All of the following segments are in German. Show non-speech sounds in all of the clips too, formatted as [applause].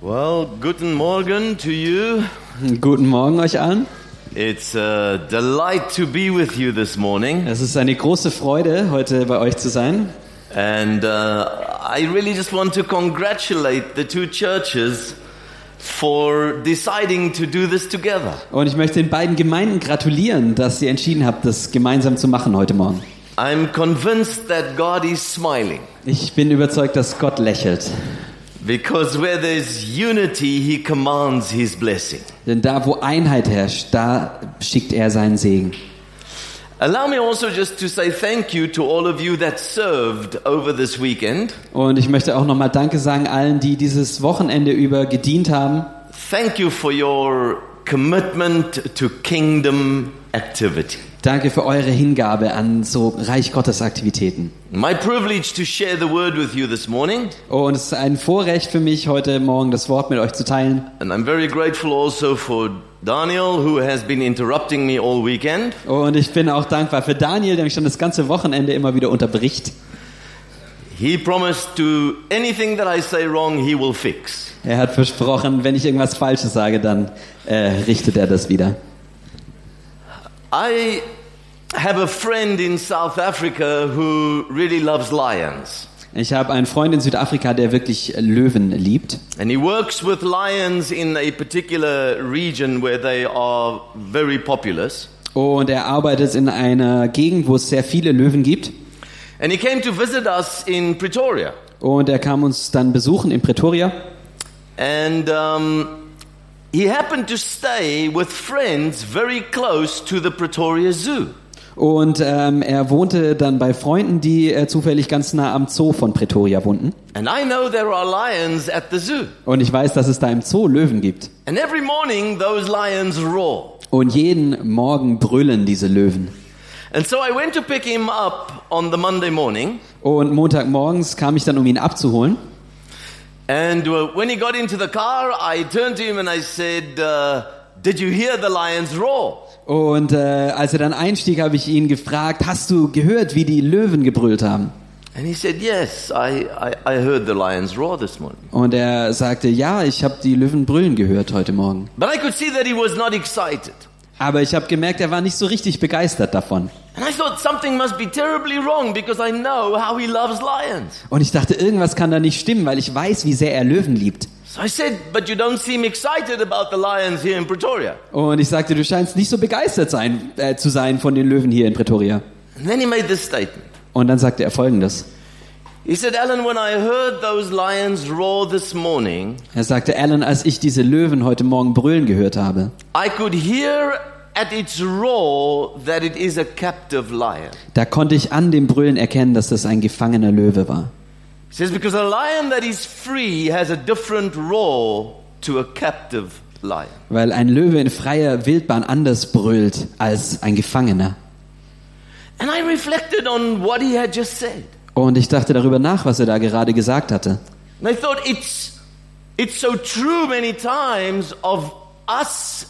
Well, guten Morgen to you. Guten Morgen euch allen. It's a delight to be with you this morning. Es ist eine große Freude, heute bei euch zu sein. And uh, I really just want to congratulate the two churches for deciding to do this together. Und ich möchte den beiden Gemeinden gratulieren, dass ihr entschieden habt, das gemeinsam zu machen heute Morgen. I'm convinced that God is smiling Ich bin überzeugt, dass Gott lächelt. because where there's unity, He commands His blessing. Denn da, wo Einheit herrscht, da schickt er seinen Segen. Allow me also just to say thank you to all of you that served over this weekend. Und ich möchte auch nochmal Danke sagen allen, die dieses Wochenende über gedient haben. Thank you for your commitment to kingdom activity. Danke für eure Hingabe an so Reich Gottes Aktivitäten. My privilege to share the word with you this morning, Oh, und es ist ein Vorrecht für mich, heute Morgen das Wort mit euch zu teilen. and I'm very grateful also for Daniel, who has been interrupting me all weekend. Und ich bin auch dankbar für Daniel, der mich schon das ganze Wochenende immer wieder unterbricht. He promised to anything that I say wrong, he will fix. Er hat versprochen, wenn ich irgendwas Falsches sage, dann äh, richtet er das wieder. I have a friend in South Africa who really loves lions, Ich habe einen Freund in Südafrika, der wirklich Löwen liebt. and he works with lions in a particular region where they are very populous. Und er arbeitet in einer Gegend, wo es sehr viele Löwen gibt. And he came to visit us in Pretoria. Und er kam uns dann besuchen in Pretoria. And um, he happened to stay with friends very close to the Pretoria Zoo. Und ähm, er wohnte dann bei Freunden, die äh, zufällig ganz nah am Zoo von Pretoria wohnten. And I know there are lions at the zoo. Und ich weiß, dass es da im Zoo Löwen gibt. And every morning those lions roar. Und jeden Morgen brüllen diese Löwen. And so I went to pick him up on the Monday morning. Und Montagmorgens kam ich dann, um ihn abzuholen. And uh, when he got into the car, I turned to him and I said, uh, Did you hear the lions roar? Und äh, als er dann einstieg, habe ich ihn gefragt, hast du gehört, wie die Löwen gebrüllt haben? And he said, Yes, I, I, I heard the lions roar this morning. Und er sagte, ja, ich habe die Löwen brüllen gehört heute Morgen. But I could see that he was not excited. Aber ich habe gemerkt, er war nicht so richtig begeistert davon. And I thought something must be terribly wrong because I know how he loves lions. Und ich dachte, irgendwas kann da nicht stimmen, weil ich weiß, wie sehr er Löwen liebt. So I said, But you don't seem excited about the lions here in Pretoria. Und ich sagte, du scheinst nicht so begeistert sein, äh, zu sein von den Löwen hier in Pretoria. And then he made this statement. Und dann sagte er folgendes. He said, Alan, when I heard those lions roar this morning, Er sagte, Alan, als ich diese Löwen heute Morgen brüllen gehört habe, I could hear at its roar that it is a captive lion. da konnte ich an dem Brüllen erkennen, dass das ein gefangener Löwe war. He says, Because a lion that is free has a different roar to a captive lion. Weil ein Löwe in freier Wildbahn anders brüllt als ein Gefangener. And I reflected on what he had just said. Und ich dachte darüber nach, was er da gerade gesagt hatte. And I thought it's it's so true many times of us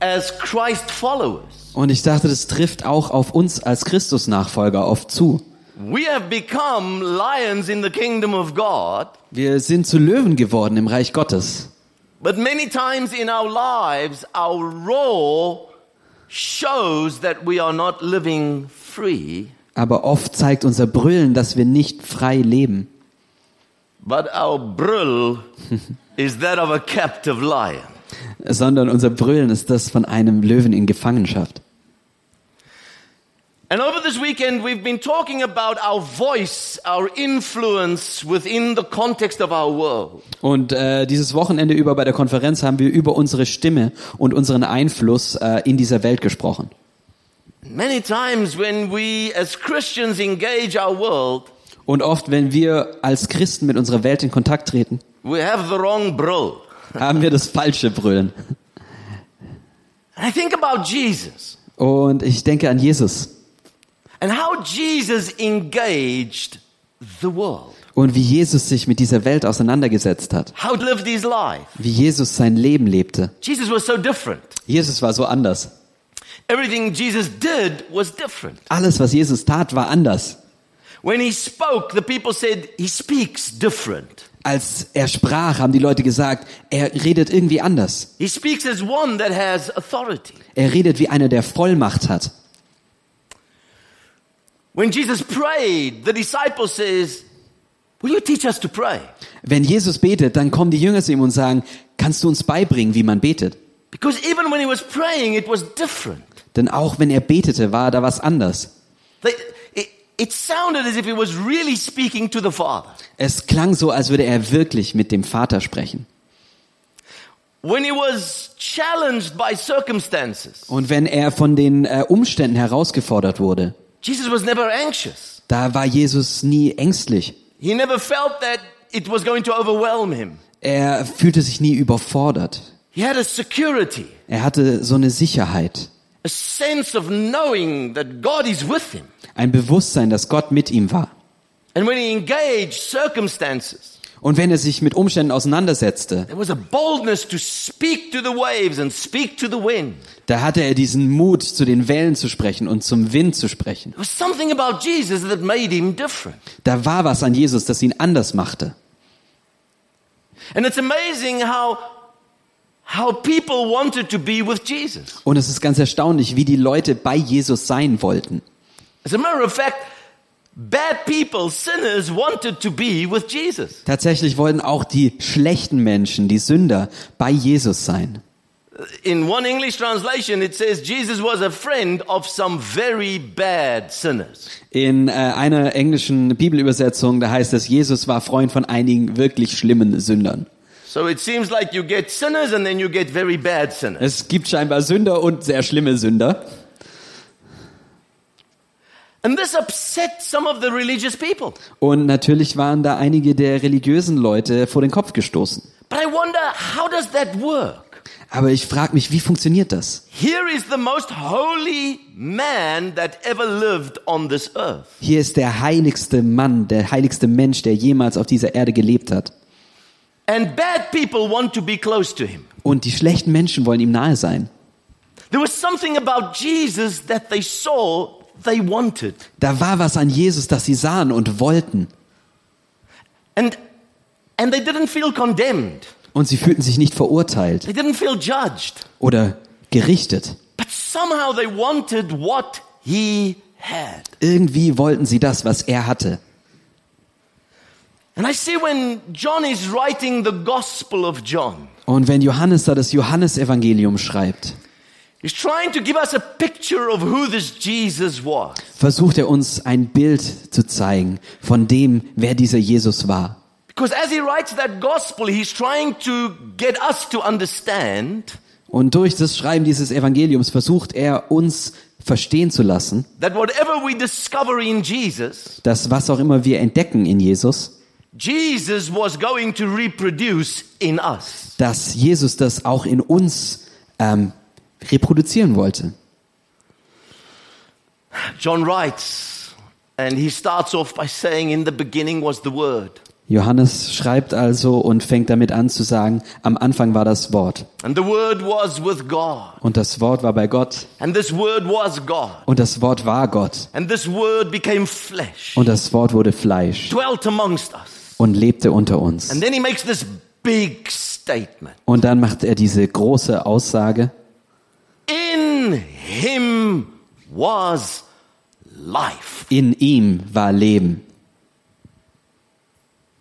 as Christ followers. Und ich dachte, das trifft auch auf uns als Christus-Nachfolger oft zu. We have become lions in the kingdom of God, Wir sind zu Löwen geworden im Reich Gottes. but many times in our lives our roar shows that we are not living free, Aber oft zeigt unser Brüllen, dass wir nicht frei leben. but our brul is that of a captive lion. Sondern unser Brüllen ist das von einem Löwen in Gefangenschaft. And over this weekend, we've been talking about our voice, our influence within the context of our world. Und äh, dieses Wochenende über bei der Konferenz haben wir über unsere Stimme und unseren Einfluss äh, in dieser Welt gesprochen. Many times when we as Christians engage our world, Und oft, wenn wir als Christen mit unserer Welt in Kontakt treten, we have the wrong bro. haben wir das falsche Brüllen. And I think about Jesus Und ich denke an Jesus and how Jesus engaged the world, und wie Jesus sich mit dieser Welt auseinandergesetzt hat, how he lived his life. wie Jesus sein Leben lebte. Jesus was so different. Jesus war so anders. Everything Jesus did was different. Alles, was Jesus tat, war anders. When he spoke, the people said, He speaks different. Als er sprach, haben die Leute gesagt, er redet irgendwie anders. He speaks as one that has authority. Er redet wie einer, der Vollmacht hat. When Jesus prayed, the disciples says, Will you teach us to pray? Wenn Jesus betet, dann kommen die Jünger zu ihm und sagen, kannst du uns beibringen, wie man betet? Because even when he was praying, it was different. Denn auch wenn er betete, war da was anders. They, it, it sounded as if he was really speaking to the Father. Es klang so, als würde er wirklich mit dem Vater sprechen. When he was challenged by circumstances, Und wenn er von den äh, Umständen herausgefordert wurde, Jesus was never anxious. da war Jesus nie ängstlich. He never felt that it was going to overwhelm him. Er fühlte sich nie überfordert. He had a security, Er hatte so eine Sicherheit, a sense of knowing that God is with him. ein Bewusstsein, dass Gott mit ihm war. And when he engaged circumstances, Und wenn er sich mit Umständen auseinandersetzte, there was a boldness to speak to the waves and speak to the wind. da hatte er diesen Mut, zu den Wellen zu sprechen und zum Wind zu sprechen. There was something about Jesus that made him different. Da war was an Jesus, das ihn anders machte. And it's amazing how how people wanted to be with Jesus. Und es ist ganz erstaunlich, wie die Leute bei Jesus sein wollten. As a matter of fact, bad people, sinners wanted to be with Jesus. Tatsächlich wollten auch die schlechten Menschen, die Sünder, bei Jesus sein. In one English translation it says Jesus was a friend of some very bad sinners. In äh, einer englischen Bibelübersetzung, da heißt es, Jesus war Freund von einigen wirklich schlimmen Sündern. So it seems like you get sinners and then you get very bad sinners. Es gibt scheinbar Sünder und sehr schlimme Sünder. And this upset some of the religious people. Und natürlich waren da einige der religiösen Leute vor den Kopf gestoßen. But I wonder how does that work? Aber ich frage mich, wie funktioniert das? Here is the most holy man that ever lived on this earth. Hier ist der heiligste Mann, der heiligste Mensch, der jemals auf dieser Erde gelebt hat. And bad people want to be close to him. Und die schlechten Menschen wollen ihm nahe sein. There was something about Jesus that they saw they wanted. Da war was an Jesus, das sie sahen und wollten. And, and they didn't feel condemned. Und sie fühlten sich nicht verurteilt They didn't feel judged. oder gerichtet. But somehow they wanted what he had. Irgendwie wollten sie das, was er hatte. And I see when John is writing the Gospel of John, Und wenn Johannes da das Johannesevangelium schreibt, he's trying to give us a picture of who this Jesus was. versucht er uns ein Bild zu zeigen von dem, wer dieser Jesus war. Because as he writes that Gospel, he's trying to get us to understand Und durch das Schreiben dieses Evangeliums versucht er uns verstehen zu lassen, that whatever we discover in Jesus, dass was auch immer wir entdecken in Jesus, Jesus was going to reproduce in us. dass Jesus das auch in uns ähm, reproduzieren wollte. John writes, and he starts off by saying, In the beginning was the Word, Johannes schreibt also und fängt damit an zu sagen, am Anfang war das Wort and the Word was with God, und das Wort war bei Gott and this Word was God, und das Wort war Gott and this Word became flesh, und das Wort wurde Fleisch dwelt amongst us. und lebte unter uns. And then he makes this big statement Und dann macht er diese große Aussage, In him was life. in ihm war Leben. [laughs]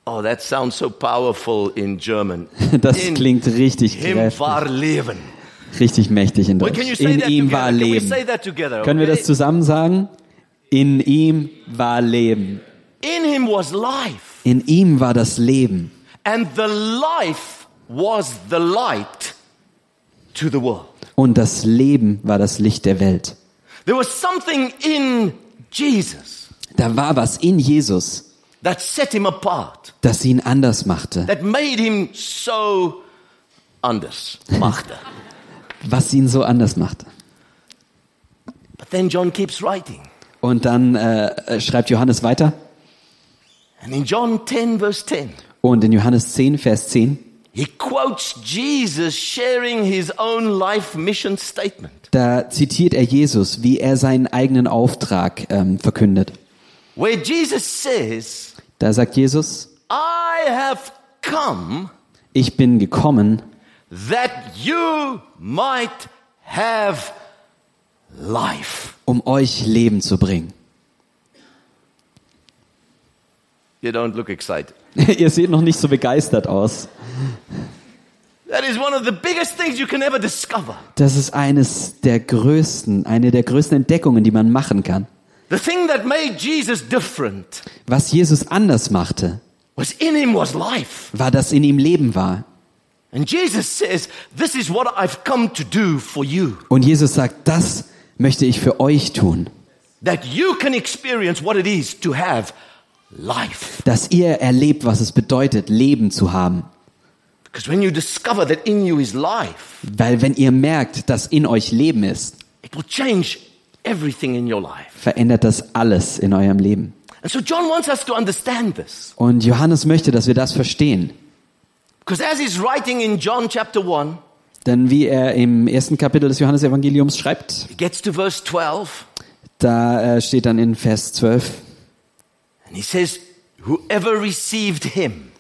Oh, that sounds so powerful in [laughs] German. Das in klingt richtig him kräftig, war Leben. richtig mächtig in Well, can you Deutsch. say In that ihm together? war Can we Leben. say that together? Können wir okay? das zusammen sagen? In ihm war Leben. In him was life, In ihm war das Leben. and the life was the light to the world. Und das Leben war das Licht der Welt. There was something in Jesus Da war was in Jesus, that set him apart, das ihn anders machte, that made him so anders, machte. was ihn so anders machte. But then John keeps writing. Und dann äh, äh, schreibt Johannes weiter. And in John 10, verse 10, Und in Johannes 10, Vers 10, he quotes Jesus sharing his own life mission statement. da zitiert er Jesus, wie er seinen eigenen Auftrag ähm, verkündet. where Jesus says, Da sagt Jesus, I have come ich bin gekommen, that you might have life. um euch Leben zu bringen. [laughs] You don't look excited. Ihr seht noch nicht so begeistert aus. That is one of the biggest things you can ever discover. Das ist eines der größten, eine der größten Entdeckungen, die man machen kann. The thing that made Jesus different Was Jesus anders machte, was in him was life. war, dass in ihm Leben war. And Jesus says, This is what I've come to do for you, Und Jesus sagt, das möchte ich für euch tun, that you can experience what it is to have life. dass ihr erlebt, was es bedeutet, Leben zu haben. Because when you discover that in you is life, Weil wenn ihr merkt, dass in euch Leben ist, it will change everything in your life. verändert das alles in eurem Leben. And so John wants us to understand this. Und Johannes möchte, dass wir das verstehen. Because as he's writing in John chapter 1, Denn wie er im ersten Kapitel des Johannesevangeliums schreibt, he gets to verse 12, da äh, steht dann in Vers 12, and he says, Whoever received him,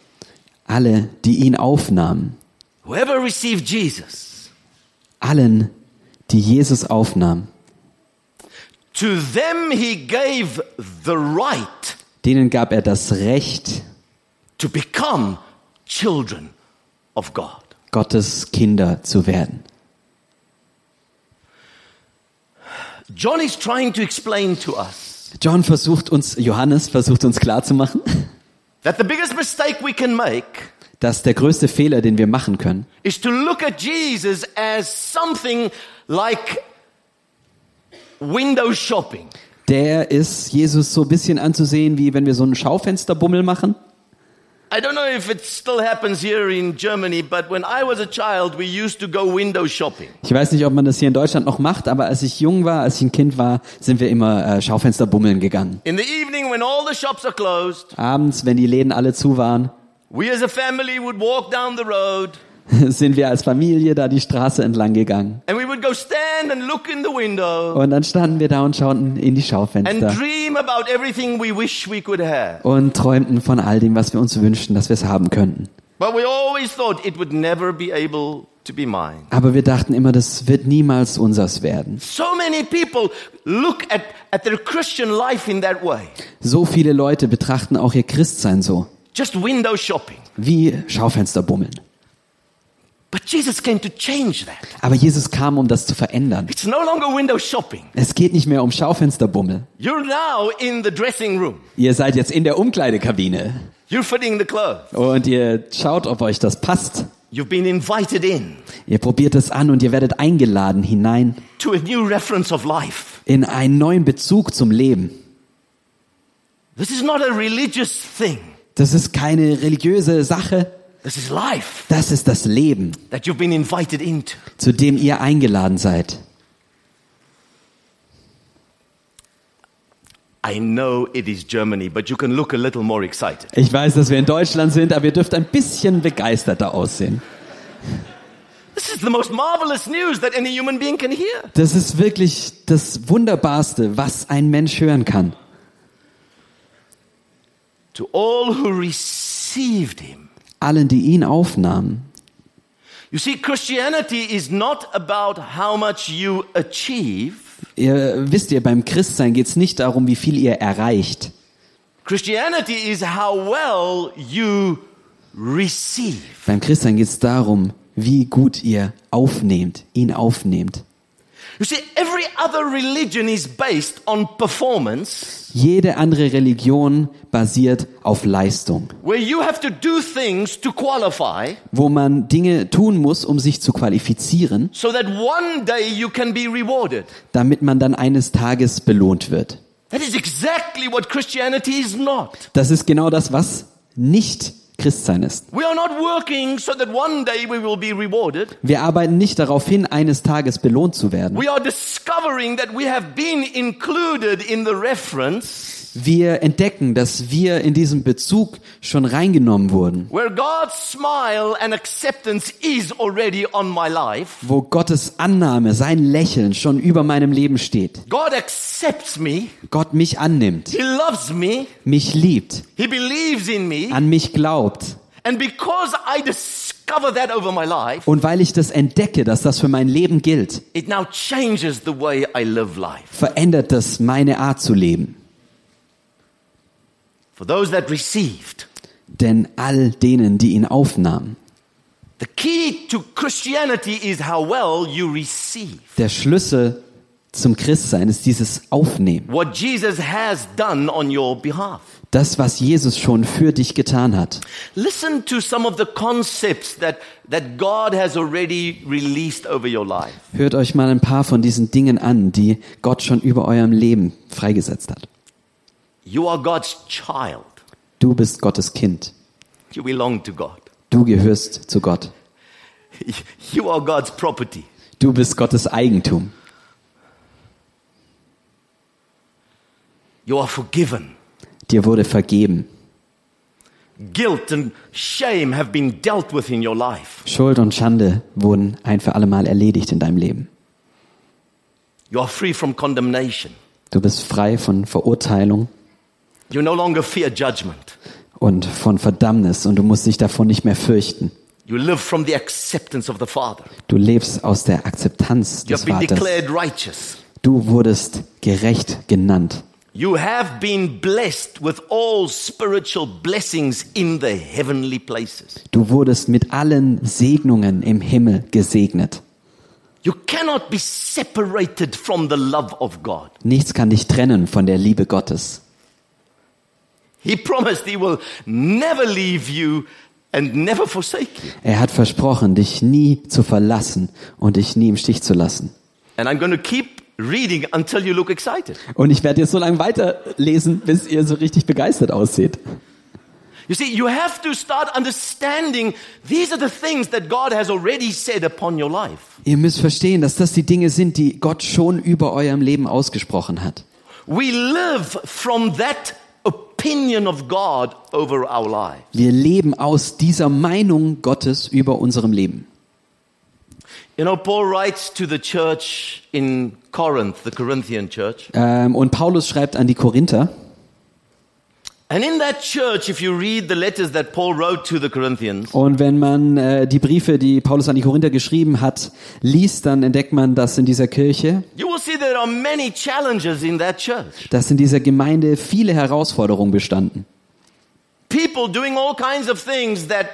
alle, die ihn aufnahmen, whoever received Jesus, allen, die Jesus aufnahmen, to them he gave the right denen gab er das Recht, to become children of God. Gottes Kinder zu werden. John is trying to explain to us John versucht uns, Johannes versucht uns klarzumachen, [laughs] that the biggest mistake we can make dass der größte Fehler, den wir machen können, is to look at Jesus as something like window shopping. der ist, Jesus so ein bisschen anzusehen, wie wenn wir so einen Schaufensterbummel machen. I don't know if it still happens here in Germany, but when I was a child, we used to go window shopping. Ich weiß nicht, ob man das hier in Deutschland noch macht, aber als ich jung war, als ich ein Kind war, sind wir immer äh, Schaufensterbummeln gegangen. In the evening, when all the shops are closed, Abends, wenn die Läden alle zu waren, [laughs] we as a family would walk down the road sind wir als Familie da die Straße entlang gegangen. and we would go stand and look in the window Und dann standen wir da und schauten in die and Schaufenster dream about everything we wish we could have. und träumten von all dem, was wir uns wünschten, dass wir es haben könnten. But we always thought it would never be able to be mine. Aber wir dachten immer, das wird niemals unseres werden. So many people look at, at their Christian life in that way. So viele Leute betrachten auch ihr Christsein so, Just window shopping. wie Schaufensterbummeln. But Jesus came to change that. Aber Jesus kam, um das zu verändern. It's no longer window shopping. Es geht nicht mehr um Schaufensterbummel. You're now in the dressing room. Ihr seid jetzt in der Umkleidekabine You're fitting the clothes. und ihr schaut, ob euch das passt. You've been invited in Ihr probiert es an und ihr werdet eingeladen hinein to a new reference of life. in einen neuen Bezug zum Leben. This is not a religious thing. Das ist keine religiöse Sache, This is life das ist das Leben, that you've been invited into. zu dem ihr eingeladen seid. I know it is Germany, but you can look a little more excited. Ich weiß, dass wir in Deutschland sind, aber ihr dürft ein bisschen begeisterter aussehen. This is the most marvelous news that any human being can hear. Das ist wirklich das Wunderbarste, was ein Mensch hören kann. To all who received him. Allen, die ihn aufnahmen. You see, Christianity is not about how much you achieve. Ihr wisst ihr, beim Christsein geht es nicht darum, wie viel ihr erreicht. Christianity is how well you receive. Beim Christsein geht es darum, wie gut ihr aufnehmt, ihn aufnehmt. You see, every other religion is based on performance, Jede andere Religion basiert auf Leistung, where you have to do things to qualify wo man Dinge tun muss, um sich zu qualifizieren, so that one day you can be rewarded. damit man dann eines Tages belohnt wird. That is exactly what Christianity is not. Das ist genau das, was nicht Christsein ist. We are not working so that one day we will be rewarded. Wir arbeiten nicht darauf hin, eines Tages belohnt zu werden. We are discovering that we have been included in the reference wir entdecken, dass wir in diesem Bezug schon reingenommen wurden, where God's smile and acceptance is already on my life. wo Gottes Annahme, sein Lächeln schon über meinem Leben steht. God accepts me. Gott mich annimmt, He loves me. mich liebt, He believes in me. an mich glaubt. And because I discover that over my life, Und weil ich das entdecke, dass das für mein Leben gilt, it now changes the way I live life. verändert das meine Art zu leben. For those that received, Denn all denen, die ihn aufnahmen, the key to Christianity is how well you receive der Schlüssel zum Christsein ist dieses Aufnehmen. what Jesus has done on your behalf. Das, was Jesus schon für dich getan hat. Listen to some of the concepts that, that God has already released over your life. Hört euch mal ein paar von diesen Dingen an, die Gott schon über eurem Leben freigesetzt hat. You are God's child. Du bist Gottes Kind. You belong to God. [laughs] Du gehörst zu Gott. You are God's property. Du bist Gottes Eigentum. You are forgiven. Dir wurde vergeben. Guilt and shame have been dealt with in your life. Schuld und Schande wurden ein für allemal erledigt in deinem Leben. You are free from condemnation. Du bist frei von Verurteilung You no longer fear judgment. und von Verdammnis und du musst dich davon nicht mehr fürchten. You live from the acceptance of the Father. Du lebst aus der Akzeptanz You des have been Vaters. declared righteous. Du wurdest gerecht genannt. You have been blessed with all spiritual blessings in the heavenly places. Du wurdest mit allen Segnungen im Himmel gesegnet. You cannot be separated from the love of God. Nichts kann dich trennen von der Liebe Gottes. He promised He will never leave you and never forsake you. Er hat versprochen, dich nie zu verlassen und dich nie im Stich zu lassen. And I'm going to keep reading until you look excited. Und ich werde jetzt so lange weiterlesen, bis ihr so richtig begeistert ausseht. You see, you have to start understanding these are the things that God has already said upon your life. Ihr müsst verstehen, dass das die Dinge sind, die Gott schon über eurem Leben ausgesprochen hat. We live from that opinion of God over our life. Wir leben aus dieser Meinung Gottes über unserem Leben. You know, Paul writes to the church in Corinth, the Corinthian church. Ähm, und Paulus schreibt an die Korinther. And in that church, if you read the letters that Paul wrote to the Corinthians, Und wenn man äh, die Briefe, die Paulus an die Korinther geschrieben hat, liest, dann entdeckt man, dass in dieser Kirche, you will see there are many challenges in that church. dass in dieser Gemeinde viele Herausforderungen bestanden. People doing all kinds of things that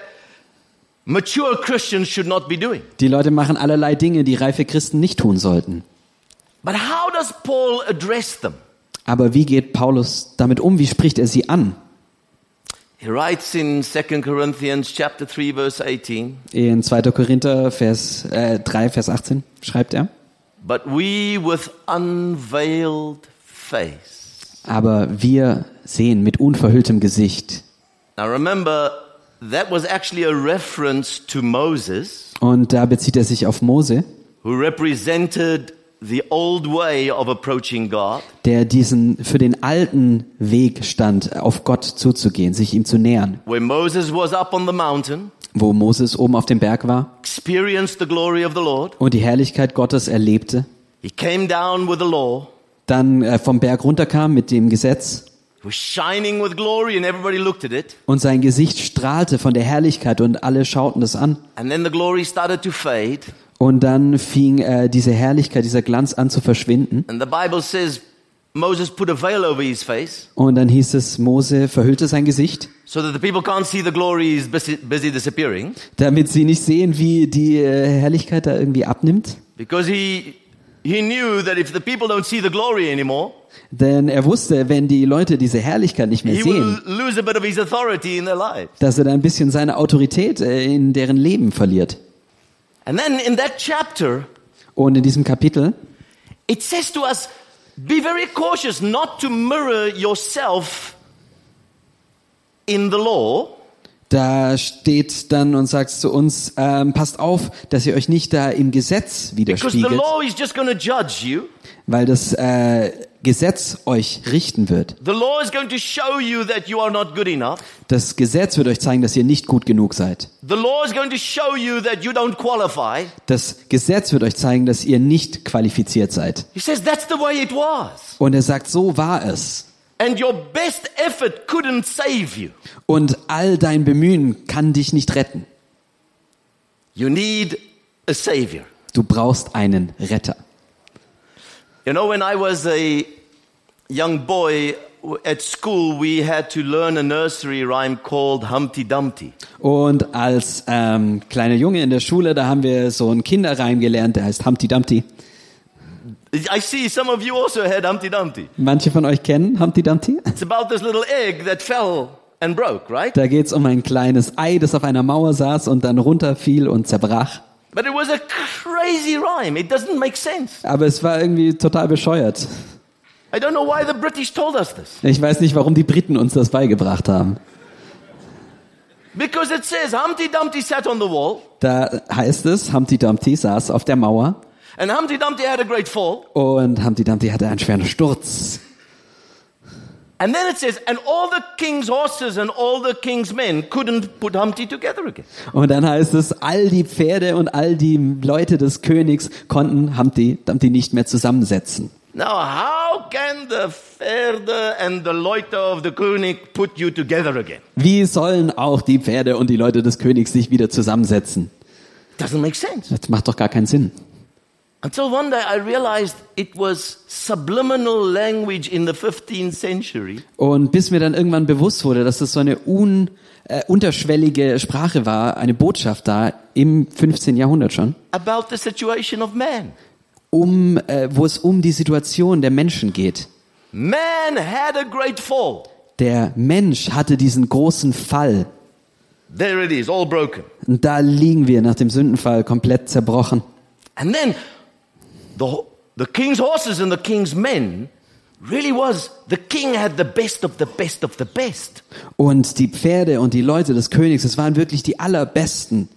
mature Christians should not be doing. Die Leute machen allerlei Dinge, die reife Christen nicht tun sollten. But how does Paul address them? Aber wie geht Paulus damit um? Wie spricht er sie an? He writes in 2 Corinthians chapter 3 verse 18, In 2. Korinther Vers, äh, 3, Vers 18 schreibt er. but we with unveiled face. Aber wir sehen mit unverhülltem Gesicht. Now remember, that was actually a reference to Moses, Und da bezieht er sich auf Mose, who represented the old way of approaching God. der diesen für den alten Weg stand, auf Gott zuzugehen, sich ihm zu nähern. Where Moses was up on the mountain, wo Moses oben auf dem Berg war experienced the glory of the Lord. und die Herrlichkeit Gottes erlebte, He came down with the law. dann äh, vom Berg runterkam mit dem Gesetz He was shining with glory and everybody looked at it. und sein Gesicht strahlte von der Herrlichkeit und alle schauten es an. And then the glory started to fade. Und dann fing äh, diese Herrlichkeit, dieser Glanz an zu verschwinden. And the Bible says Moses put a veil over his face Und dann hieß es, Mose verhüllte sein Gesicht, so that the people can't see the glory is busy, busy disappearing damit sie nicht sehen, wie die äh, Herrlichkeit da irgendwie abnimmt. because he, he knew that if the people don't see the glory anymore, Denn er wusste, wenn die Leute diese Herrlichkeit nicht mehr he will sehen, lose a bit of his authority in their lives. dass er dann ein bisschen seine Autorität äh, in deren Leben verliert. And then in that chapter, Und in diesem Kapitel it says to us, be very cautious not to mirror yourself in the law, da steht dann und sagt zu uns, ähm, passt auf, dass ihr euch nicht da im Gesetz Because the widerspiegelt, law is just going to judge you. weil das äh, Gesetz euch richten wird. The law is going to show you that you are not good enough. Das Gesetz wird euch zeigen, dass ihr nicht gut genug seid. The law is going to show you that you don't qualify. Das Gesetz wird euch zeigen, dass ihr nicht qualifiziert seid. He says that's the way it was. Und er sagt, so war es. And your best effort couldn't save you. Und all dein Bemühen kann dich nicht retten. You need a savior. Du brauchst einen Retter. You know, when I was a young boy w- at school, we had to learn a nursery rhyme called Humpty Dumpty. Und als ähm, kleiner Junge in der Schule, da haben wir so einen Kinderreim gelernt, der heißt Humpty Dumpty. I see some of you also had Humpty Dumpty. Manche von euch kennen Humpty Dumpty? It's about this little egg that fell and broke, right? Da geht's um ein kleines Ei, das auf einer Mauer saß und dann runterfiel und zerbrach. But it was a crazy rhyme. It doesn't make sense. Aber es war irgendwie total bescheuert. I don't know why the British told us this. Ich weiß nicht, warum die Briten uns das beigebracht haben. Because it says Humpty Dumpty sat on the wall, Da heißt es, Humpty Dumpty saß auf der Mauer and Humpty Dumpty had a great fall. und Humpty Dumpty hatte einen schweren Sturz. And then it says, and all the king's horses and all the king's men couldn't put Humpty together again. Und dann heißt es, all die Pferde und all die Leute des Königs konnten Humpty Dumpty nicht mehr zusammensetzen. Now, how can the Pferde and the Leute of the König put you together again? Wie sollen auch die Pferde und die Leute des Königs sich wieder zusammensetzen? Doesn't make sense. Das macht doch gar keinen Sinn. Until one day I realized it was subliminal language in the 15th century Und bis mir dann irgendwann bewusst wurde, dass das so eine un, äh, unterschwellige Sprache war, eine Botschaft da im 15. Jahrhundert schon, about the situation of man. um, äh, wo es um die Situation der Menschen geht. Man had a great fall. Der Mensch hatte diesen großen Fall. There it is, all broken. Und da liegen wir nach dem Sündenfall komplett zerbrochen. And then the, ho- the king's horses and the king's men really was the king had the best of the best of the best. Und die Pferde und die Leute des Königs, es waren wirklich die allerbesten.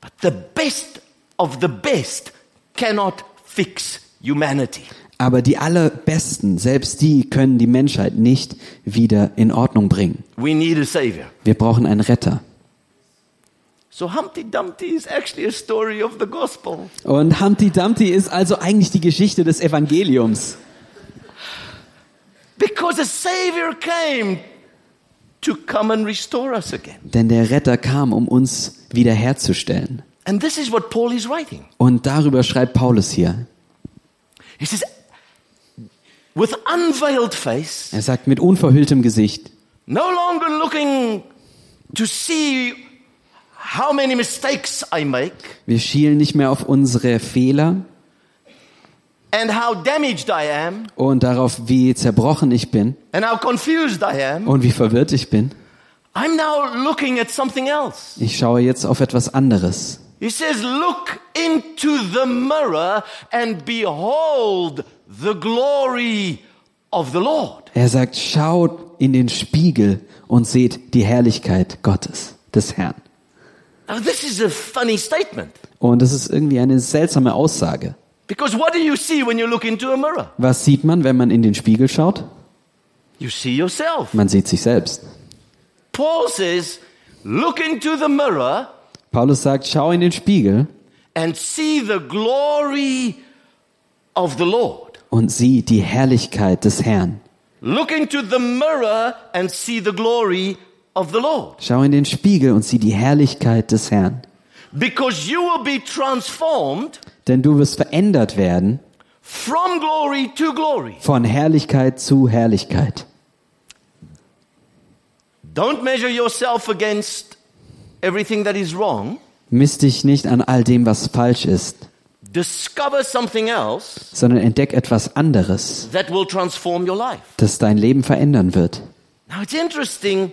But the best of the best cannot fix humanity. Aber die allerbesten, selbst die können die Menschheit nicht wieder in Ordnung bringen. We need a savior. Wir brauchen einen Retter. So Humpty Dumpty is actually a story of the gospel. Und Humpty Dumpty ist also eigentlich die Geschichte des Evangeliums. Because a savior came to come and restore us again. Denn der Retter kam, um uns wiederherzustellen. And this is what Paul is writing. Und darüber schreibt Paulus hier. He says, with unveiled face, Er sagt mit unverhülltem Gesicht, no longer looking to see how many mistakes I make wir schielen nicht mehr auf unsere Fehler and how damaged I am und darauf, wie zerbrochen ich bin and how confused I am. und wie verwirrt ich bin. I'm now looking at something else. Ich schaue jetzt auf etwas anderes. He says, look into the mirror and behold the glory of the Lord. Er sagt, schaut in den Spiegel und seht die Herrlichkeit Gottes, des Herrn. Now this is a funny statement Und das ist irgendwie eine seltsame Aussage. because what do you see when you look into a mirror? Was sieht man, wenn man in den Spiegel schaut? You see yourself. Man sieht sich selbst. Paul says, look into the mirror Paulus sagt, schau in den Spiegel and see the glory of the Lord. und sieh die Herrlichkeit des Herrn. Look into the mirror and see the glory of the Lord. Schau in den Spiegel und sieh die Herrlichkeit des Herrn. Because you will be transformed Denn du wirst verändert werden from glory to glory. von Herrlichkeit zu Herrlichkeit. Don't measure yourself against everything that is wrong. Misst dich nicht an all dem, was falsch ist, Discover something else sondern entdeck etwas anderes, that will transform your life. das dein Leben verändern wird. Now it's interesting.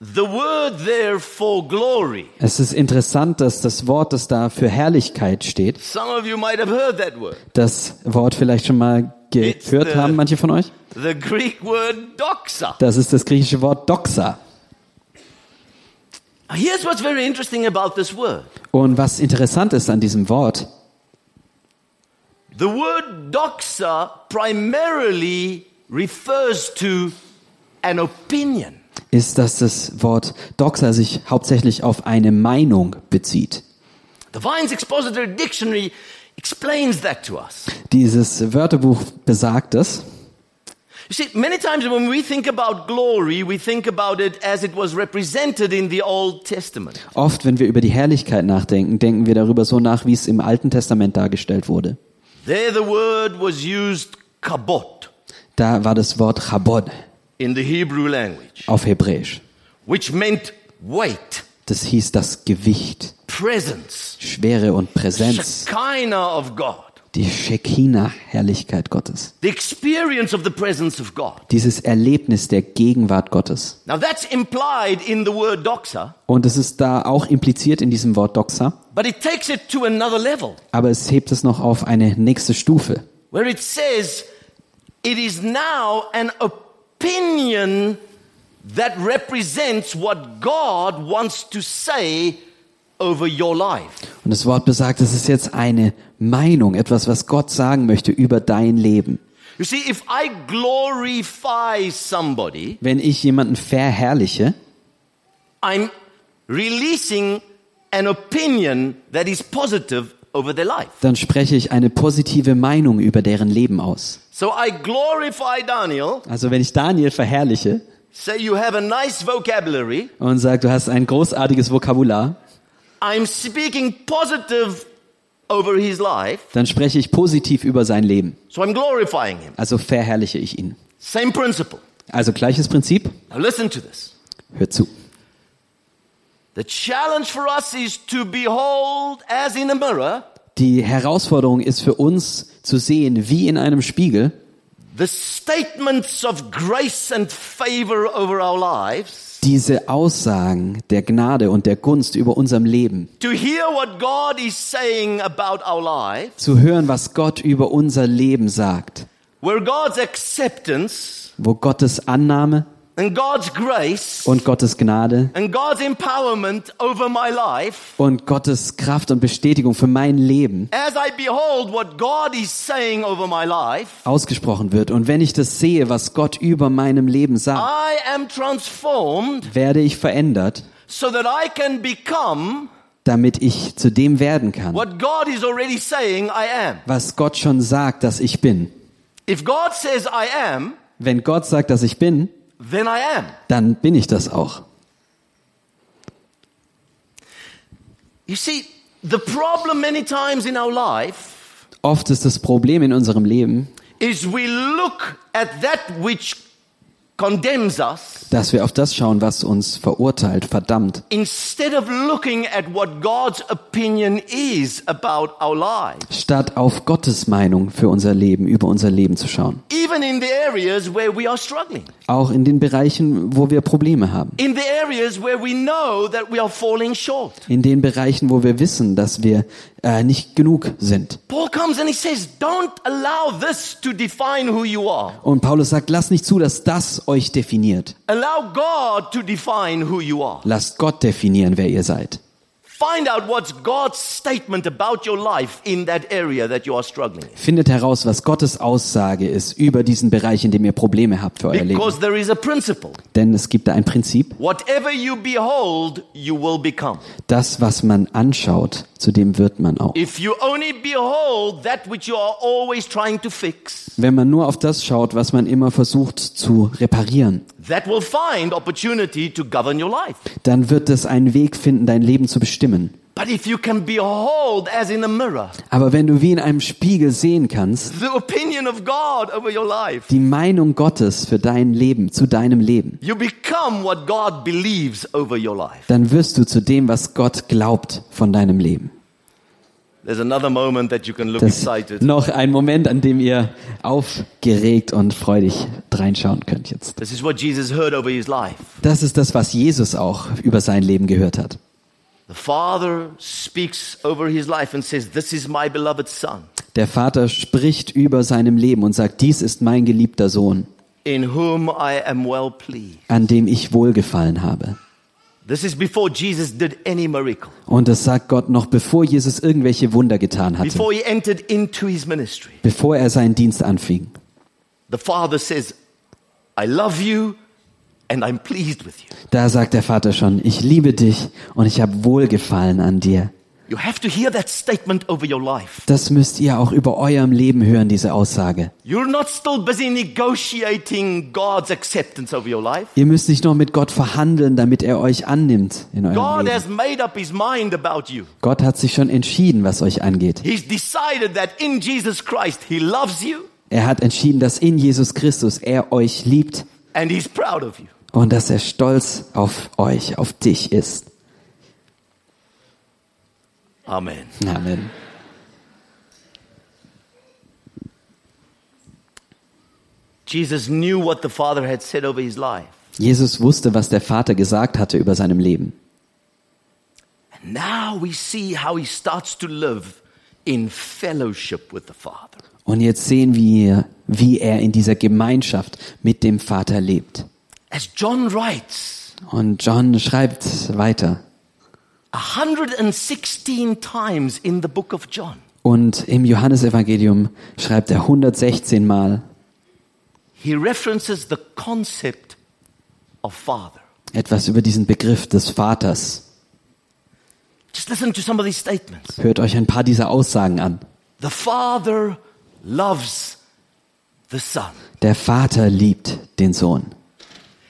The word there for glory. Es ist interessant, dass das Wort, das da für Herrlichkeit steht, Some of you might have heard that word. das Wort vielleicht schon mal It's the- gehört haben, manche von euch. The Greek word doxa. Das ist das griechische Wort Doxa. Here's what's very interesting about this word Und was interessant ist an diesem Wort, the word doxa primarily refers to an opinion. ist, dass das Wort Doxa sich hauptsächlich auf eine Meinung bezieht. The Vine's Expository Dictionary explains that to us. Dieses Wörterbuch besagt es. You see, many times when we think about glory, we think about it as it was represented in the Old Testament. Oft, wenn wir über die Herrlichkeit nachdenken, denken wir darüber so nach, wie es im Alten Testament dargestellt wurde. There the word was used kabot Da war das Wort Chabod in the Hebrew language, auf Hebräisch. which meant weight, Das hieß das Gewicht, presence, Schwere und Präsenz, Shekinah of God, die Shekinah-Herrlichkeit Gottes. the experience of the presence of God. Dieses Erlebnis der Gegenwart Gottes. Now that's implied in the word doxa, Und es ist da auch impliziert in diesem Wort Doxa, but it takes it to another level aber es hebt es noch auf eine nächste Stufe. where it says it is now an opinion that represents what God wants to say over your life. Und das Wort besagt, es ist jetzt eine Meinung, etwas, was Gott sagen möchte über dein Leben. You see, if I glorify somebody, Wenn ich jemanden verherrliche, I'm releasing an opinion that is positive over their life. dann spreche ich eine positive Meinung über deren Leben aus. So I glorify Daniel, Also wenn ich Daniel verherrliche say you have a nice vocabulary, und sage, du hast ein großartiges Vokabular, I'm speaking positive over his life, dann spreche ich positiv über sein Leben. so I'm glorifying him. Also verherrliche ich ihn. Same principle. Also gleiches Prinzip. Now listen to this. Hör zu. The challenge for us is to behold as in a mirror Die Herausforderung ist für uns zu sehen, wie in einem Spiegel, the statements of grace and favor over our lives, diese Aussagen der Gnade und der Gunst über unserem Leben. to hear what God is saying about our life, Zu hören, was Gott über unser Leben sagt. where God's acceptance Wo Gottes Annahme and God's grace und Gottes Gnade and God's empowerment over my life, und Gottes Kraft und Bestätigung für mein Leben as I behold what God is saying over my life, ausgesprochen wird. Und wenn ich das sehe, was Gott über meinem Leben sagt, I am transformed werde ich verändert, so that I can become damit ich zu dem werden kann, what God is already saying I am. was Gott schon sagt, dass ich bin. If God says I am, Wenn Gott sagt, dass ich bin, then I am. dann bin ich das auch. You see, the problem many times in our life Oft ist das Problem in unserem Leben, is we look at that which condemns us dass wir auf das schauen, was uns verurteilt, verdammt, instead of looking at what God's opinion is about our lives. statt auf Gottes Meinung für unser Leben, über unser Leben zu schauen. Even in the areas where we are struggling, Auch in den Bereichen, wo wir Probleme haben. in the areas where we know that we are falling short. In den Bereichen, wo wir wissen, dass wir äh, nicht genug sind. Paul comes and he says, Don't allow this to define who you are. Und Paulus sagt, lasst nicht zu, dass das euch definiert. Allow God to define who you are. Lasst Gott definieren, wer ihr seid. Find out what's God's statement about your life in that area that you are struggling in. Findet heraus, was Gottes Aussage ist über diesen Bereich, in dem ihr Probleme habt für euer Leben. Because there is a principle. Denn es gibt da ein Prinzip. Whatever you behold, you will become. Das, was man anschaut, zu dem wird man auch. If you only behold that which you are always trying to fix, Wenn man nur auf das schaut, was man immer versucht zu reparieren, that will find opportunity to govern your life. dann wird es einen Weg finden, dein Leben zu bestimmen. But if you can behold as in a mirror Aber wenn du wie in einem Spiegel sehen kannst, the opinion of God over your life, die Meinung Gottes für dein Leben, zu deinem Leben, You become what God believes over your life. dann wirst du zu dem, was Gott glaubt von deinem Leben. There's another moment that you can look Das excited. noch ein Moment, an dem ihr aufgeregt und freudig reinschauen könnt jetzt. This is what Jesus heard over his life. Das ist das, was Jesus auch über sein Leben gehört hat. The Father speaks over his life and says, This is my beloved Son, Der Vater spricht über seinem Leben und sagt, dies ist mein geliebter Sohn, in whom I am well pleased. an dem ich wohlgefallen habe. This is before Jesus did any miracle, Und das sagt Gott noch, bevor Jesus irgendwelche Wunder getan hatte, before he entered into his ministry. bevor er seinen Dienst anfing. The Father says, I love you and I'm pleased with you. Da sagt der Vater schon, ich liebe dich und ich habe Wohlgefallen an dir. You have to hear that statement over your life. Das müsst ihr auch über eurem Leben hören, diese Aussage. You're not still busy negotiating God's acceptance over your life. Ihr müsst nicht noch mit Gott verhandeln, damit er euch annimmt in eurem God Leben. has made up his mind about you. Gott hat sich schon entschieden, was euch angeht. He's decided that in Jesus Christ, he loves you Er hat entschieden, dass in Jesus Christus er euch liebt and he's proud of you. und dass er stolz auf euch, auf dich ist. Amen. Amen. Jesus knew what the Father had said over his life. Jesus wusste, was der Vater gesagt hatte über seinem Leben. And now we see how he starts to live in fellowship with the Father. Und jetzt sehen wir, wie er in dieser Gemeinschaft mit dem Vater lebt. As John writes, Und John schreibt weiter. 116 times in the book of John, Und im Johannesevangelium schreibt er 116 Mal he references the concept of Father. etwas über diesen Begriff des Vaters. Just listen to some of these statements. Hört euch ein paar dieser Aussagen an. The Father loves the Son. Der Vater liebt den Sohn.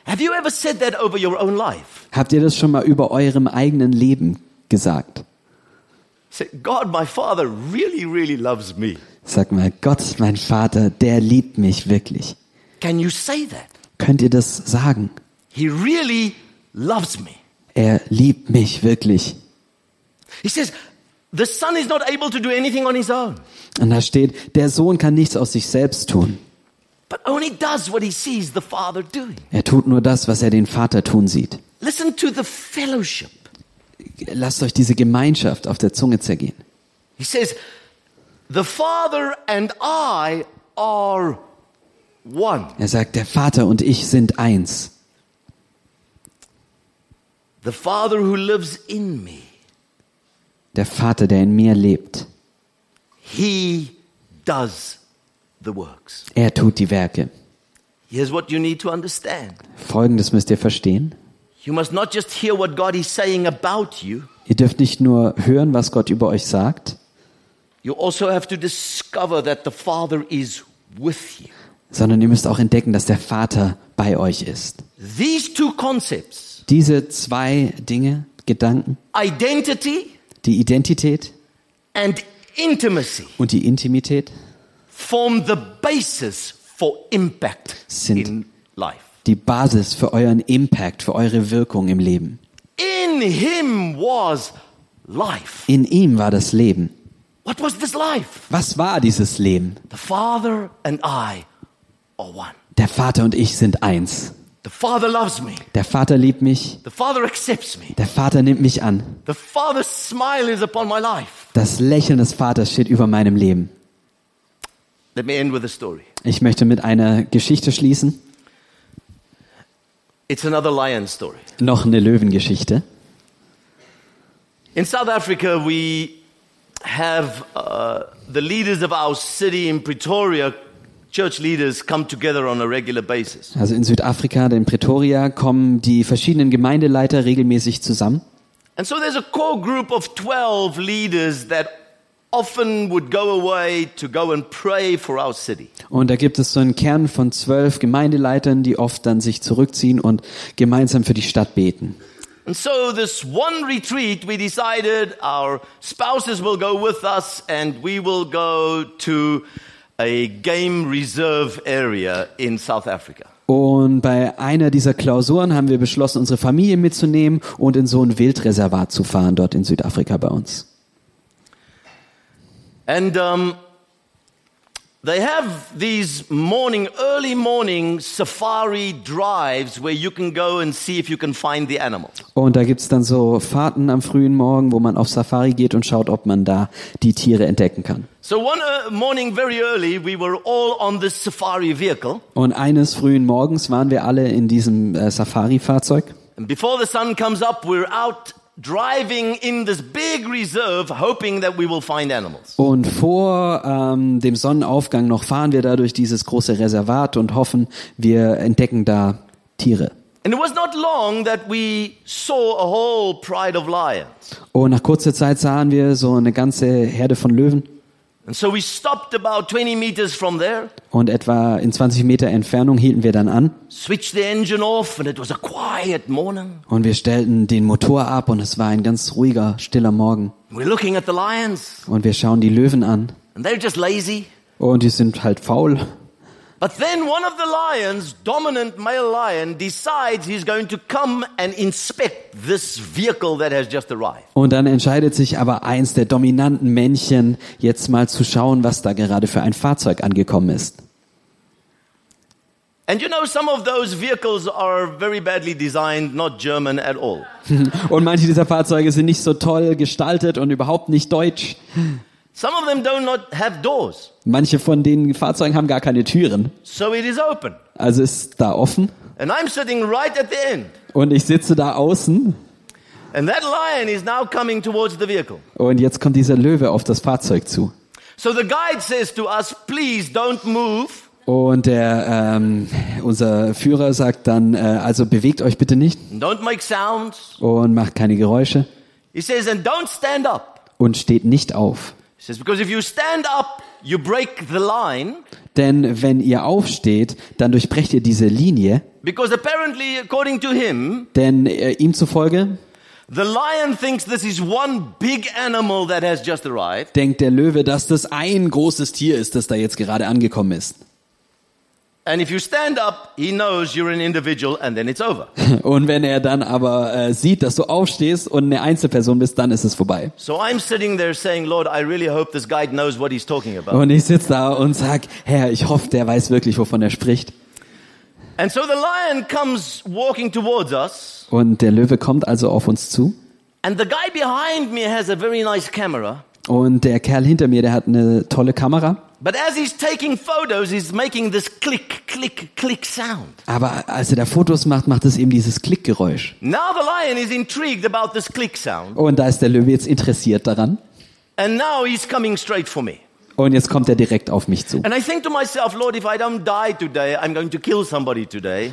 Have you ever said that over your own life? Habt ihr das schon mal über eurem eigenen Leben gesagt? Say, God, my Father really, really loves me. Sag mal, Gott, mein Vater, der liebt mich wirklich. Can you say that? Könnt ihr das sagen? He really loves me. Er liebt mich wirklich. He says, the son is not able to do anything on his own, Und da steht, der Sohn kann nichts aus sich selbst tun. but only does what he sees the father doing. Er tut nur das, was er den Vater tun sieht. Listen to the fellowship. Lasst euch diese Gemeinschaft auf der Zunge zergehen. He says, the father and I are one. Er sagt, der Vater und ich sind eins. The father who lives in me, Der Vater, der in mir lebt, he does the works. er tut die Werke. Here's what you need to understand. Folgendes müsst ihr verstehen. You must not just hear what God is saying about you, Ihr dürft nicht nur hören, was Gott über euch sagt, you also have to discover that the father is with you. sondern ihr müsst auch entdecken, dass der Vater bei euch ist. These two concepts, Diese zwei Dinge, Gedanken, identity die Identität and intimacy, und die Intimität, form the basis for impact Sind- in life. die Basis für euren Impact, für eure Wirkung im Leben. In him was life. In ihm war das Leben. What was this life? Was war dieses Leben? The Father and I are one. Der Vater und ich sind eins. The Father loves me. Der Vater liebt mich, The Father accepts me. der Vater nimmt mich an. The Father's smile is upon my life. Das Lächeln des Vaters steht über meinem Leben. Let me end with a story. Ich möchte mit einer Geschichte schließen. It's another lion story. Noch eine Löwengeschichte. In South Africa, we have uh, the leaders of our city in Pretoria, church leaders, come together on a regular basis. Also in Südafrika, in Pretoria, kommen die verschiedenen Gemeindeleiter regelmäßig zusammen. And so there's a core group of 12 leaders that often would go away to go and pray for our city. Und da gibt es so einen Kern von zwölf Gemeindeleitern, die oft dann sich zurückziehen und gemeinsam für die Stadt beten. And so, this one retreat, we decided our spouses will go with us and we will go to a game reserve area in South Africa. Und bei einer dieser Klausuren haben wir beschlossen, unsere Familie mitzunehmen und in so ein Wildreservat zu fahren, dort in Südafrika bei uns. And um, they have these morning, early morning safari drives where you can go and see if you can find the animal. Und da gibt's dann so Fahrten am frühen Morgen, wo man auf Safari geht und schaut, ob man da die Tiere entdecken kann. So one uh, morning, very early, we were all on this safari vehicle, Und eines frühen Morgens waren wir alle in diesem äh, Safari-Fahrzeug And before the sun comes up, we're out driving in this big reserve, hoping that we will find animals. Und vor ähm, dem Sonnenaufgang noch fahren wir da durch dieses große Reservat und hoffen, wir entdecken da Tiere. And it was not long that we saw a whole pride of lions. Und nach kurzer Zeit sahen wir so eine ganze Herde von Löwen. And so we stopped about 20 meters from there, Und etwa in 20 Meter Entfernung hielten wir dann an switched the engine off, and it was a quiet morning. und wir stellten den Motor ab und es war ein ganz ruhiger, stiller Morgen. We're looking at the lions, Und wir schauen die Löwen an and they're just lazy. und die sind halt faul. But then one of the lions, dominant male lion, decides he's going to come and inspect this vehicle that has just arrived. Und dann entscheidet sich aber eins der dominanten Männchen, jetzt mal zu schauen, was da gerade für ein Fahrzeug angekommen ist. And you know, some of those vehicles are very badly designed, not German at all. Und manche dieser Fahrzeuge sind nicht so toll gestaltet und überhaupt nicht deutsch. Some of them do not have doors, Manche von den Fahrzeugen haben gar keine Türen. so it is open. Also ist da offen. And I'm sitting right at the end. Und ich sitze da außen And that lion is now coming towards the vehicle. und jetzt kommt dieser Löwe auf das Fahrzeug zu. So the guide says to us, please don't move. Und der, ähm, unser Führer sagt dann, äh, also bewegt euch bitte nicht Don't make sounds. und macht keine Geräusche He says, and don't stand up. und steht nicht auf. He says, because if you stand up, you break the line. Denn wenn ihr aufsteht, dann durchbrecht ihr diese Linie. Because apparently, according to him, Denn äh, ihm zufolge the lion thinks this is one big animal that has just arrived. denkt der Löwe, dass das ein großes Tier ist, das da jetzt gerade angekommen ist. And if you stand up, he knows you're an individual and then it's over. Und wenn er dann aber äh, sieht, dass du aufstehst und eine Einzelperson bist, dann ist es vorbei. So I'm sitting there saying, Lord, I really hope this guide knows what he's talking about. Und ich sitze da und sag, Herr, ich hoffe, der weiß wirklich, wovon er spricht. And so the lion comes walking towards us. Und der Löwe kommt also auf uns zu. And the guy behind me has a very nice camera. Und der Kerl hinter mir, der hat eine tolle Kamera. But as he's taking photos, he's making this click, click, click sound. Aber als er da Fotos macht, macht es eben dieses Klickgeräusch. Now the lion is intrigued about this click sound. Und da ist der Löwe jetzt interessiert daran. And now he's coming straight for me. Und jetzt kommt er direkt auf [laughs] mich zu. And I think to myself, Lord, if I don't die today, I'm going to kill somebody today.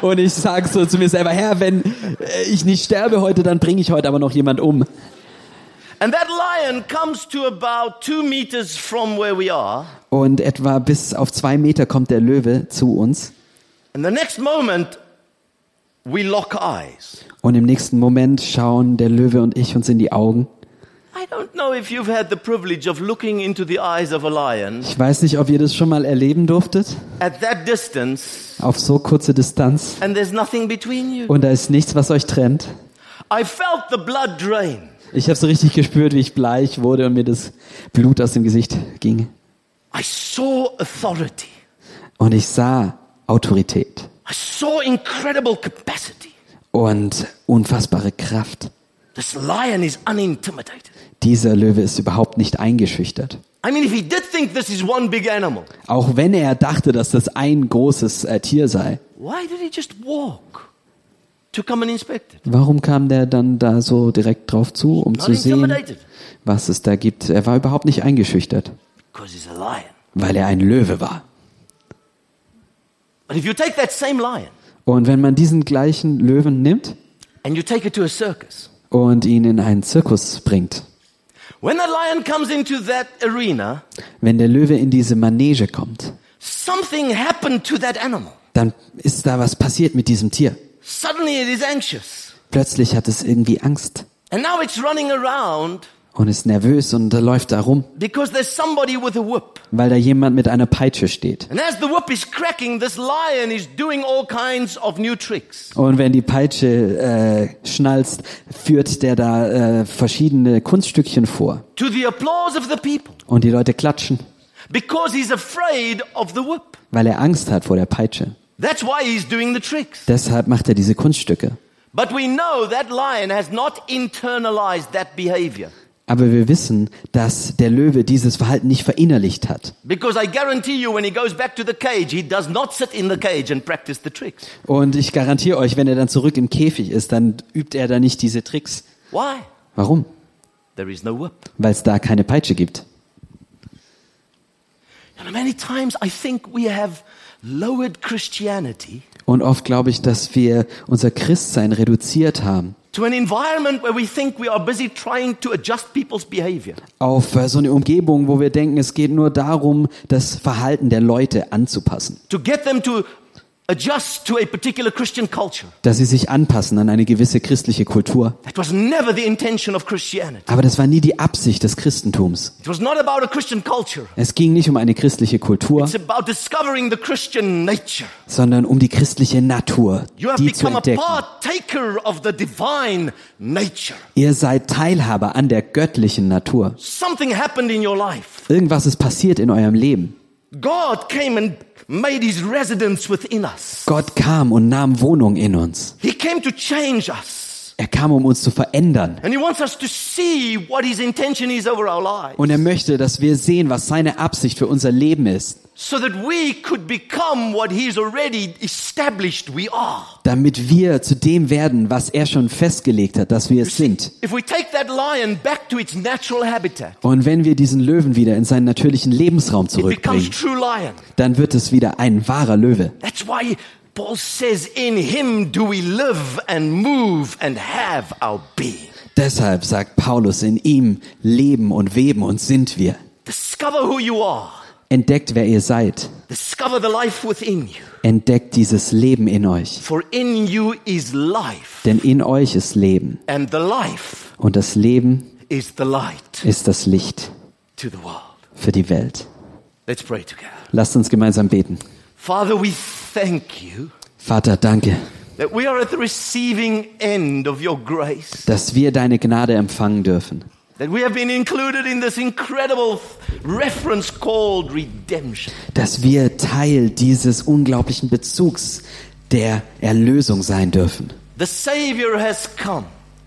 Und ich sag so zu mir selber, Herr, wenn äh, ich nicht sterbe heute, dann bringe ich heute aber noch jemand um. and that lion comes to about two meters from where we are. Und etwa bis auf zwei Meter kommt der Löwe zu uns. And the next moment, we lock eyes. Und im nächsten Moment schauen der Löwe und ich uns in die Augen. I don't know if you've had the privilege of looking into the eyes of a lion Ich weiß nicht, ob ihr das schon mal erleben durftet. at that distance Auf so kurze Distanz. and there's nothing between you. Und da ist nichts, was euch trennt. I felt the blood drain. Ich habe so richtig gespürt, wie ich bleich wurde und mir das Blut aus dem Gesicht ging. I saw authority. Und ich sah Autorität I saw incredible capacity. und unfassbare Kraft. This lion is unintimidated. Dieser Löwe ist überhaupt nicht eingeschüchtert. I mean, if he did think this is one big animal, Auch wenn er dachte, dass das ein großes äh, Tier sei. why did he just walk to come and inspect it? Warum kam der dann da so direkt drauf zu, um Not zu sehen, intimidated. was es da gibt? Er war überhaupt nicht eingeschüchtert, Because he's a lion. weil er ein Löwe war. But if you take that same lion Und wenn man diesen gleichen Löwen nimmt and you take it to a circus, und ihn in einen Zirkus bringt, When the lion comes into that arena, wenn der Löwe in diese Manege kommt, something happened to that animal. dann ist da was passiert mit diesem Tier. Suddenly it is anxious. Plötzlich hat es irgendwie Angst And now it's running around und ist nervös und läuft da rum, because there's somebody with a whip. weil da jemand mit einer Peitsche steht. And as the whip is cracking, this lion is doing all kinds of new tricks. Und wenn die Peitsche äh, schnalzt, führt der da äh, verschiedene Kunststückchen vor. To the applause of the people Und die Leute klatschen, because he's afraid of the whip. weil er Angst hat vor der Peitsche. That's why he's doing the tricks. Deshalb macht er diese Kunststücke. But we know that lion has not internalized that behavior. Aber wir wissen, dass der Löwe dieses Verhalten nicht verinnerlicht hat. Because I guarantee you, when he goes back to the cage, he does not sit in the cage and practice the tricks. Und ich garantiere euch, wenn er dann zurück im Käfig ist, dann übt er da nicht diese Tricks. Why? Warum? There is no whip. Weil es da keine Peitsche gibt. You know, many times I think we have lowered Christianity Und oft glaube ich, dass wir unser Christsein reduziert haben to an environment where we think we are busy trying to adjust people's behavior. auf äh, so eine Umgebung, wo wir denken, es geht nur darum, das Verhalten der Leute anzupassen, to get them to adjust to a particular Christian culture. dass sie sich anpassen an eine gewisse christliche Kultur. That was never the intention of Christianity. Aber das war nie die Absicht des Christentums. It was not about a Christian culture. Es ging nicht um eine christliche Kultur, It's about discovering the Christian nature. sondern um die christliche Natur, You have die zu become a entdecken. partaker of the divine nature. Ihr seid Teilhaber an der göttlichen Natur. Something happened in your life. Irgendwas ist passiert in eurem Leben. God came and made his residence within us. Gott kam und nahm Wohnung in uns. He came to change us. Er kam, um uns zu verändern. And he wants us to see what his intention is over our lives. Und er möchte, dass wir sehen, was seine Absicht für unser Leben ist, So that we could become what he's already established we are. damit wir zu dem werden, was er schon festgelegt hat, dass wir es sind. If we take that lion back to its natural habitat, Und wenn wir diesen Löwen wieder in seinen natürlichen Lebensraum it becomes zurückbringen, true lion. dann wird es wieder ein wahrer Löwe. That's why Paul says, In him do we live and move and have our being. Deshalb sagt Paulus, in ihm leben und weben und sind wir. Discover who you are, Entdeckt, wer ihr seid. discover the life within you. Entdeckt dieses Leben in euch. For in you is life, Denn in euch ist Leben. and the life Und das Leben is the light ist das Licht to the world. für die Welt. Let's pray together. Lasst uns gemeinsam beten. Father, we thank you Vater, danke, that we are at the receiving end of your grace, dass wir deine Gnade empfangen dürfen. that we have been included in this incredible reference called redemption. dass wir Teil dieses unglaublichen Bezugs der Erlösung sein dürfen, The Savior has come.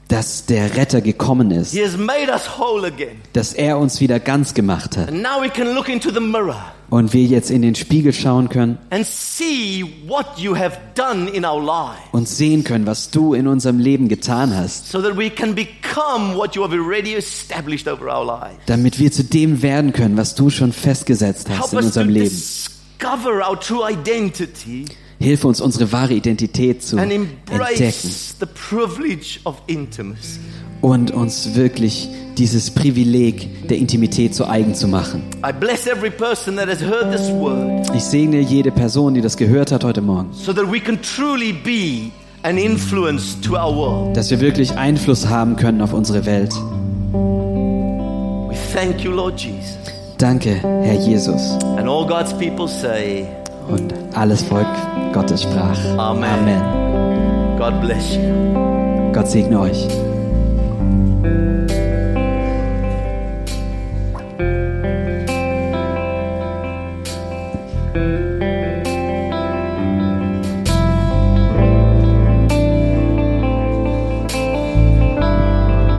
dass der Retter gekommen He ist, has made us whole again. dass er uns wieder ganz gemacht hat And now we can look into the mirror und wir jetzt in den Spiegel schauen können and see what you have done in our lives und sehen können, was du in unserem Leben getan hast, so that we can become what you have already established over our lives. damit wir zu dem werden können, was du schon festgesetzt hast Help in us to unserem Leben. discover our true identity Hilf uns, unsere wahre Identität zu and entdecken embrace the privilege of intimacy. und uns wirklich dieses Privileg der Intimität zu eigen zu machen. I bless every person that has heard this word Ich segne jede Person, die das gehört hat heute Morgen. so that we can truly be an influence to our world. dass wir wirklich Einfluss haben können auf unsere Welt. We thank you, Lord Jesus. Danke, Herr Jesus. And all God's people say, Und alles Volk Gottes sprach. Amen. God bless you. Gott segne euch.